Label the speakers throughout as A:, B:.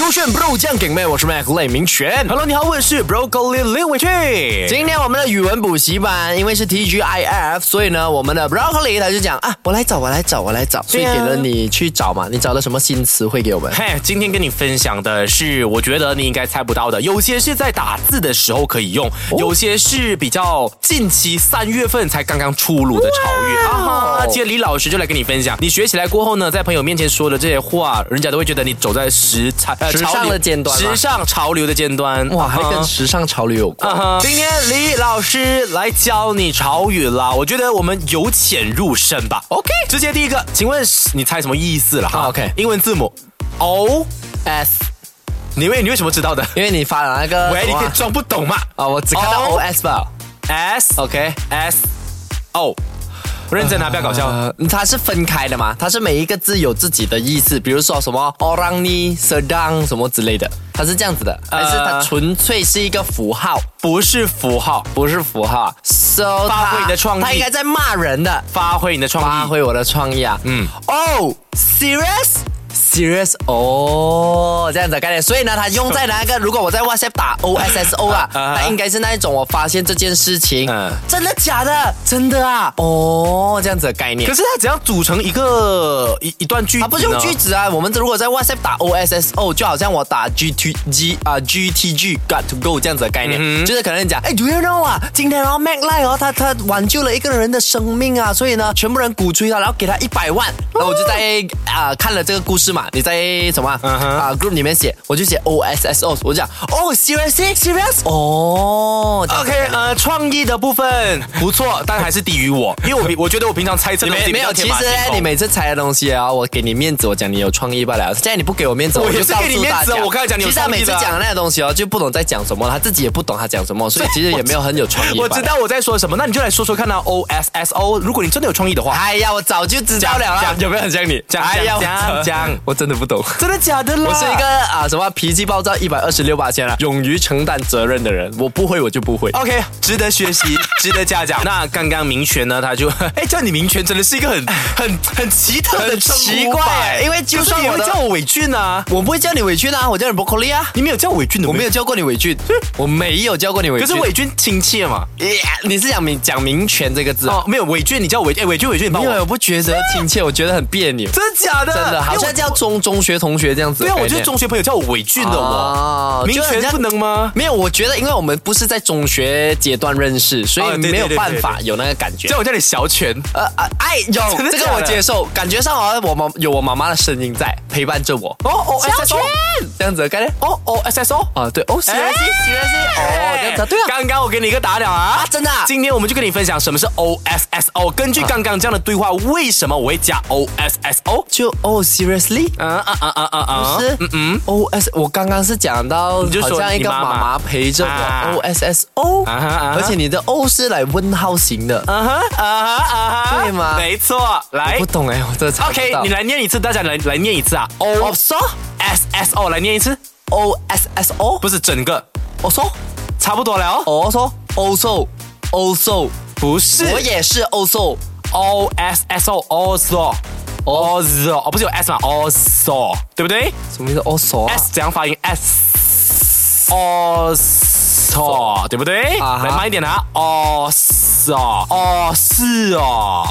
A: 勾选 Bro 酱给妹，我是 Mac 赖明全。
B: Hello，你好，我是 Broccoli 刘伟俊。
A: 今天我们的语文补习班，因为是 TGIF，所以呢，我们的 Broccoli 他就讲啊，我来找，我来找，我来找，所以
B: 对啊
A: 给了你去找嘛。你找了什么新词汇给我们？
B: 嘿，今天跟你分享的是，我觉得你应该猜不到的。有些是在打字的时候可以用，
A: 哦
B: 有些是比较近期三月份才刚刚出炉的潮语啊哈。今天李老师就来跟你分享，你学起来过后呢，在朋友面前说的这些话，人家都会觉得你走在时潮呃
A: 时尚
B: 潮流
A: 的尖端吗
B: 时尚潮流的尖端。
A: 哇，还
B: 啊哈
A: 跟时尚潮流有关。
B: 啊哈！今天李老师来教你潮语啦，我觉得我们由浅入深吧。
A: OK
B: 直接第一个，请问你猜什么意思了哈、
A: 啊，OK
B: 英文字母 O，
A: S，
B: 你为你为什么知 道的？
A: 因为你发了那个
B: 喂，你
A: 什么
B: 可以
A: 啊
B: 装不懂嘛
A: 啊，我只看到
B: O
A: OS 吧。
B: ？S
A: OK，
B: S O，认真啊，不要搞笑。
A: 呃，它是分开的嘛？它是每一个字有自己的意思，比如说什么 orangni、sedang 什么之类的，它是这样子的，还是它
B: 呃
A: 纯粹是一个符号？
B: 不是符号，
A: 不是符号啊，so
B: 发挥
A: 它
B: 你的创意
A: 他应该在骂人的，
B: 发挥你的
A: 发
B: 创意。
A: 挥我的创意啊，嗯，oh serious serious 哦，这样子的概念，所以呢，它用在那个，如果我在 WhatsApp 打 O S S O 啊，
B: 啊
A: 它应该是那一种我发现这件事情
B: 嗯，
A: 真的假的？真的啊，哦，这样子的概念
B: 可。是它怎样组成一个一一段句子
A: 它
B: 呢？
A: 不是用句子啊，我们如果在 WhatsApp 打 O S S O，就好像我打 G T G 啊 G T G Got to Go 这样子的概念，
B: 嗯
A: 就是可能讲，哎，Do you know 啊，今天哦 Mac Lie 哦，他他挽救了一个人的生命啊，所以呢，全部人鼓吹他，然后给他一百万，然后我就在啊、看了这个故事嘛，你在什么啊、
B: 嗯哼
A: 啊 group 里面写，我就写 O S S O，我就讲哦 seriously serious 哦这样
B: OK，
A: 子的概念
B: 呃，创意的部分不错，但还是低于我，因为我比我觉得我平常猜测
A: 你
B: 的东
A: 没
B: 西
A: 没有，
B: 比较
A: 其
B: 天马
A: 实
B: 行
A: 呢
B: 空
A: 你每次猜的东西啊，我给你面子，我讲你有创意罢了。现在你不给我 面子，
B: 我
A: 就
B: 也是
A: 告诉
B: 给你面子啊
A: 大家
B: 我刚才讲你有
A: 其实他
B: 创意
A: 每次
B: 的啊
A: 讲的那个东西哦，就不懂在讲什么，他自己也不懂他讲什么， 所以其实也没有很有创意。
B: 我知。道我在说什么，那你就来说说看啊，O S S O，如果你真的有创意的 话，
A: 哎呀，我早就知道了啦
B: 讲。有没有很像你？讲
A: 哎呀，
B: 讲
A: 我
B: 讲，
A: 我真的不懂。
B: 真的假的啦？
A: 我是一个啊什么脾气暴躁一百二十六八千啊，勇于承担责任的人。我不会，我就不会。
B: OK，值得学习， 值得嘉奖。那刚刚明权呢，他就 哎叫你明权，真的是一个很很很奇特的
A: 很
B: 称呼
A: 奇怪
B: 吧
A: 哎因为就
B: 可是
A: 算
B: 你
A: 我
B: 会
A: 的
B: 叫我伟俊啊，
A: 我不会叫你委屈的啊，我叫你 broccoli 啊。
B: 你没有叫我伟俊的，
A: 我没有，叫过你委屈， 我没有叫过你委
B: 可
A: 屈。
B: 是伟俊亲切嘛。
A: 呃你是讲明讲明权这个字啊？啊
B: 哦，没有伟俊，你叫伟哎伟俊伟俊，你帮
A: 因为
B: 我。
A: 我不 觉得亲切，我觉得很别扭，
B: 真的假的？
A: 真的好
B: 因为
A: 像
B: 我
A: 叫中中学同学这样子
B: 对
A: 的
B: 啊，
A: 概念。
B: 我就是中学朋友叫我伟俊的
A: 哦
B: 我，明
A: 就很
B: 权
A: 像
B: 不能吗？
A: 没有，我觉得因为我们不是在中学阶段认识，所
B: 哦
A: 以
B: 对对
A: 没有
B: 对
A: 办
B: 对
A: 法有那个感觉
B: 叫。我叫你小犬，
A: 呃呃，哎，
B: 真
A: 有
B: 的
A: 这个
B: 假的
A: 我接受，感觉上好像我妈有我妈妈的声音在陪伴着我。
B: 哦哦
A: 小
B: ，SSO
A: 圈这样子的概念
B: 哦哦，S S O，
A: 啊，对哦，学习学
B: 哎
A: 习哦，这样子对啊，
B: 刚刚我给你一个打鸟啊
A: 啊，真的啊
B: 今天我们就跟你分享什么是 O S S O。根据刚刚这样的对话，为什么我会加 O S S O？
A: 就哦，seriously。
B: 嗯啊啊啊啊啊！
A: 是，嗯嗯，O S，我刚刚是讲到，
B: 就说
A: 好像一
B: 你
A: 个
B: 妈妈
A: 妈妈陪着
B: 啊
A: 我，O S S O，
B: 啊哈啊哈
A: 而且你的 O 是来问号型的，
B: 啊哈啊哈啊哈，
A: 对吗
B: 没错，来
A: 不懂哎，我真的猜不
B: ，OK，
A: 到
B: 你来念一次，大家来来念一次啊，O
A: 我哦说
B: S S O，来念一次，
A: O S S O，
B: 不是整个，
A: 我说
B: 差不多了哦，
A: 我说 also also，
B: 不是
A: 我也是 also
B: O S S O also。also 哦，不是有 s 吗？also 对不对
A: 什么意思 also 啊
B: ？s 怎样发音？s also 对不对？
A: 啊哈
B: 来慢一点啊，also 哦是哦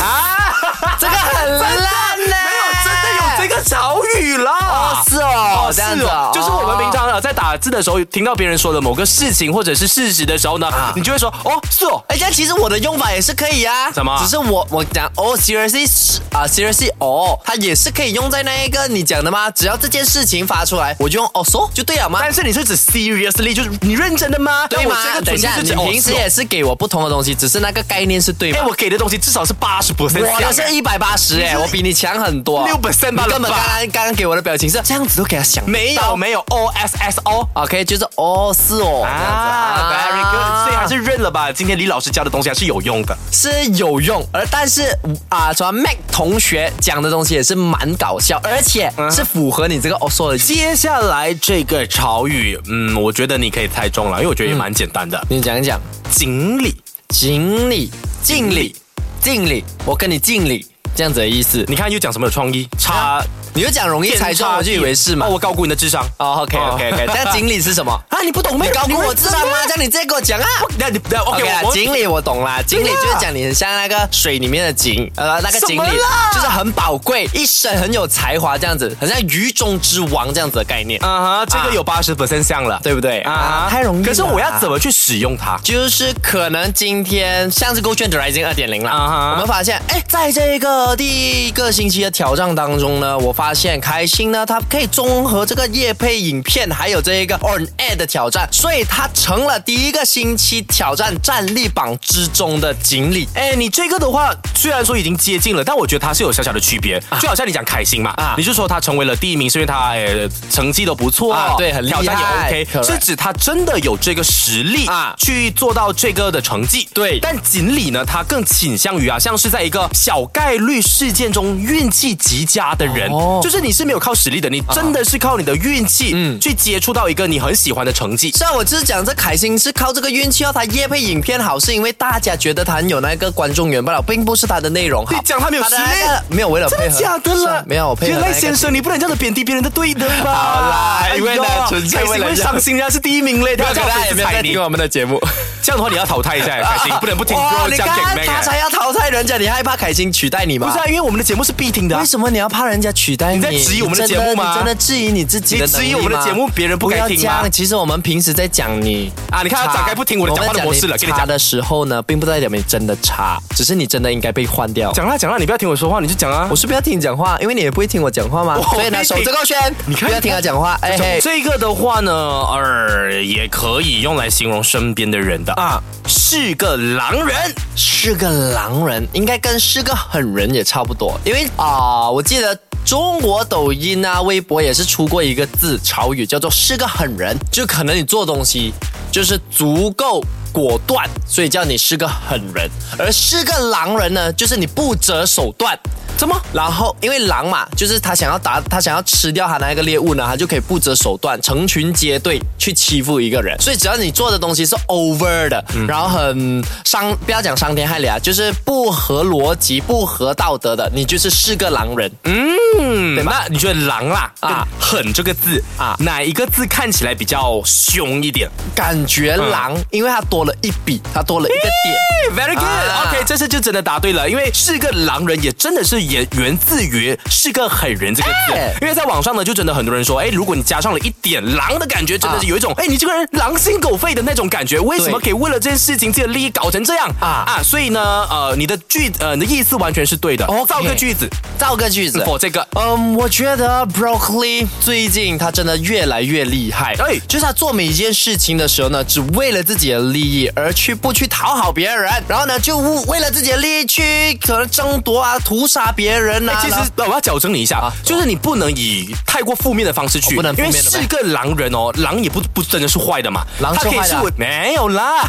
B: 啊，
A: 这个很烂呢，
B: 真的有这个潮语啦
A: 哦。是哦，
B: 哦，
A: 这
B: 是
A: 样子
B: 哦
A: 哦，
B: 就是我们平常呃在打字的时候，听到别人说的某个事情或者是事实的时候呢，
A: 啊
B: 你就会说哦是哦，
A: 哎，但其实我的用法也是可以啊，
B: 什么
A: 只是我我讲哦，seriously 是啊，seriously 哦，它也是可以用在那一个你讲的吗？只要这件事情发出来，我就用哦说就对了吗？
B: 但是你是指 seriously 就是你认真的吗？
A: 对
B: 但
A: 吗
B: 我这？个
A: 等
B: 纯粹
A: 一下，
B: 是
A: 你
B: 指哦
A: 平
B: 是
A: 时
B: 哦
A: 也是给我不同的东西，只是那个概念是对
B: 哎、
A: 吗？
B: 我给的东西至少是八十 percent，
A: 我的是一百八十哎，我比你强很多，
B: 6%吧
A: 你
B: 了
A: 根本刚
B: 吧？
A: 刚刚刚给我的表情是这样子都给他想
B: 没有没有，O S S O。
A: ，OK，就是哦是哦，这样子
B: 啊，very 嗯 good，所以还是认了吧。今天李老师教的东西还是有用的。
A: 是有用，而但是啊，从 Mac 同学讲的东西也是蛮搞笑，而且是符合你这个 also 的。
B: 接下来这个潮语，嗯，我觉得你可以猜中了，因为我觉得也蛮简单的。
A: 你讲一讲，
B: 锦鲤，
A: 敬礼，敬礼，敬礼，我跟你敬礼，这样子的意思。
B: 你看又讲什么有创意？差
A: 你就讲容易猜中，我就以为是嘛
B: 哦，。我高估你的智商。
A: 哦，OK OK OK，
B: 但
A: 那锦鲤是什 么？哦
B: 啊，你不懂
A: 你
B: 没？
A: 高估我智商吗？这样你直接给我讲啊！
B: 那你那 OK，
A: OK 啦，
B: 我
A: 锦鲤我懂啦，锦鲤
B: 对啊
A: 就是讲你很像那个水里面的锦，呃，那个锦
B: 什么
A: 鲤
B: 啦
A: 就是很宝贵，一生很有才华这样子，很像鱼中之王这样子的概念，
B: 啊哈，这个有八十 percent 像了，
A: 对不对？
B: 啊哈，可是我要怎
A: 么？
B: 么去使用它？
A: 就是可能今天像是 Go Trend Rising 二点零
B: 啊哈
A: 啦，我们发现，哎，在这个第一个星期的挑战当中呢，我发现开心呢，它可以综合这个夜配影片，还有这一个 On Air 的挑战，所以它成了第一个星期挑战战力榜之中的锦鲤。
B: 哎，你这个的话，虽然说已经接近了，但我觉得它是有小小的区别。就好像你讲开心嘛，
A: 啊
B: 你就说他成为了第一名，是因为他呃成绩都不错，
A: 啊对很厉害
B: 挑战也 OK，
A: correct
B: 是指他真的有这个实力
A: 啊
B: 去做到这个的成绩。
A: 对
B: 但锦鲤呢，他更倾向于啊，像是在一个小概率事件中运气极佳的人，
A: 哦啊嗯
B: 就是你是没有靠实力的，你真的是靠你的运气去接触到一个你很喜欢的成绩。
A: 虽然我就是讲这凯欣是靠这个运气哦，他夜配影片好，是因为大家觉得他很有那个观众缘罢了，并不是他的内容好。
B: 你讲他没有
A: 他的
B: 实力
A: 那个没有为了
B: 真
A: 配
B: 的
A: 合，
B: 假的
A: 是
B: 啦
A: 啊？没有我配合
B: 原
A: 那
B: 来
A: 个
B: 先生，你不能这样子贬低别人的对的吧？
A: 好啦
B: 哎
A: 因为呢纯粹为了
B: 开心会伤心，人家是第一名嘞，
A: 不要
B: 这
A: 讲
B: 样
A: 他也没有在
B: 踩你
A: 听。我们的节目。
B: 这样的话你要淘汰一下，开心，不能不听
A: 哇，
B: bro
A: 你
B: 这样
A: 看
B: gangbang
A: 他
B: 哎
A: 才要淘汰人家，你害怕凯欣取代你吗？
B: 不是啊，因为我们的节目是必听的啊
A: 为。什么你要怕人家取代你？
B: 你在质疑我们的
A: 你真
B: 节目吗
A: 你真的质疑你自己的能力吗？
B: 你质疑我们的节目别人不
A: 不
B: 该
A: 要
B: 听吗
A: 这样。其实我们平时在讲你
B: 啊你看他
A: 差
B: 展开不听我的讲话的模式了跟
A: 我们讲
B: 你
A: 你
B: 讲
A: 差的时候呢，并不代表你真的差，只是你真的应该被换掉。
B: 讲啦讲啦，你不要听我说话，你就讲啊
A: 我。是不要听你讲话，因为你也不会听我讲话嘛。
B: 我
A: 所以呢，
B: 会
A: 手
B: 听
A: 这个圈，
B: 你看
A: 不要听他讲话。哎嘿，
B: 这个的话呢，呃，也可以用来形容身边的人的啊，是个狼人。
A: 是个狼人，应该跟是个狠人也差不多，因为啊、我记得。中国抖音啊、微博也是出过一个字潮语，叫做“是个狠人”，就可能你做东西就是足够果断，所以叫你是个狠人；而是个狼人呢，就是你不择手段，
B: 怎么？
A: 然后，因为狼嘛，就是他想要打，他想要吃掉他那个猎物呢，他就可以不择手段，成群结队去欺负一个人。所以，只要你做的东西是 over 的，然后很伤，不要讲伤天害理啊，就是不合逻辑、不合道德的，你就是是个狼人。
B: 嗯，那你觉得“狼”啦啊
A: 啊
B: “狠”这个字啊
A: 啊，
B: 哪一个字看起来比较凶一点？
A: 感觉狼，因为他多了一笔，他多了一个点。
B: Very good，OK，、
A: 啊
B: OK，这次就真的答对了，因为是个狼人，也真的是也源自于是个狠人这个字，
A: 哎
B: 因为在网上呢，就真的很多人说，哎，如果你加上了一点狼的感觉，真的
A: 啊
B: 是有一种，哎、你这个人狼心狗肺的那种感觉，为什么可以为了这件事情自己的利益搞成这样啊
A: 啊
B: 啊？所以呢，呃，你的句呃你的意思完全是对的，
A: OK
B: 造个句子
A: 造个句子，
B: for 这个。
A: 嗯，我觉得 Broccoli 最近他真的越来越厉害。
B: 哎
A: 就是他做每一件事情的时候呢，只为了自己的利益而去不去讨好别人，然后呢，就为了自己的利益去可能争夺啊、屠杀别人啊。
B: 其实
A: 然后
B: 呃我要矫正你一下，啊
A: 啊、
B: 就是你不能以太过负面的方式去，
A: 哦不能负
B: 因为
A: 面的
B: 是个狼人哦，狼也不不真的是坏的嘛，
A: 狼
B: 它
A: 是
B: 可以
A: 坏的
B: 是
A: 啊
B: 我没有啦，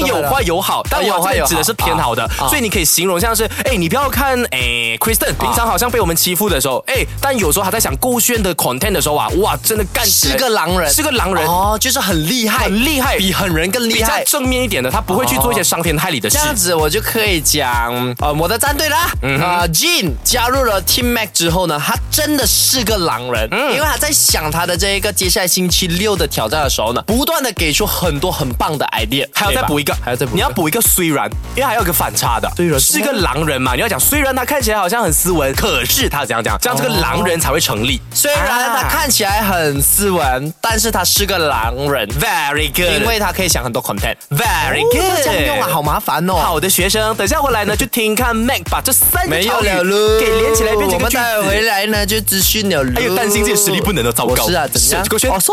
B: 狼
A: 是坏的
B: 有
A: 啊
B: 坏有好，但
A: 哦有
B: 我
A: 坏
B: 这里
A: 有好
B: 指的是偏好的，
A: 啊
B: 所以你可以形容像是，哎，你不要看哎 Kristen 平常好像被我们欺负的时候，哎，但有时候他在想顾炫的 content 的时候啊，哇，真的干起来
A: 是个狼人，
B: 是个狼人，
A: 哦，就是很厉害，
B: 很厉害，
A: 比狠人更
B: 比
A: 厉
B: 较
A: 害。
B: 正面一点的，他不会去做一些伤天害理的事
A: 这。样子我就可以讲，呃，我的战队啦，
B: 嗯
A: 啊、j e a n 加入了 Team Mac 之后呢，他真的是个狼人，
B: 嗯
A: 因为他在想他的这一个接下来星期六的挑战的时候呢，不断的给出很多很棒的 idea，
B: 还要再补一个，
A: 还要再补一个
B: 你要补一个虽然，因为还有一个反差的。
A: 虽然
B: 是个狼人嘛，你要讲虽然他看起来好像很斯文，可是他怎样讲，这样这个狼人才会成立。
A: 虽然他看起来很斯文，但是他是个狼人，
B: very good，
A: 因为他可以想很多 content。
B: very
A: 哦
B: good，
A: 这样用啊，好。麻烦哦。
B: 好的学生，等下回来呢，就听看 Mac 把这三个
A: 没有
B: 潮语
A: 了喽，
B: 给连起来变成
A: 我
B: 一个
A: 们
B: 句
A: 待会
B: 子。
A: 回来呢就资讯了喽。
B: 哎呦担心自己实力不能的糟糕
A: 我是啊，怎
B: 是
A: 样？
B: 郭轩
A: 哦，说。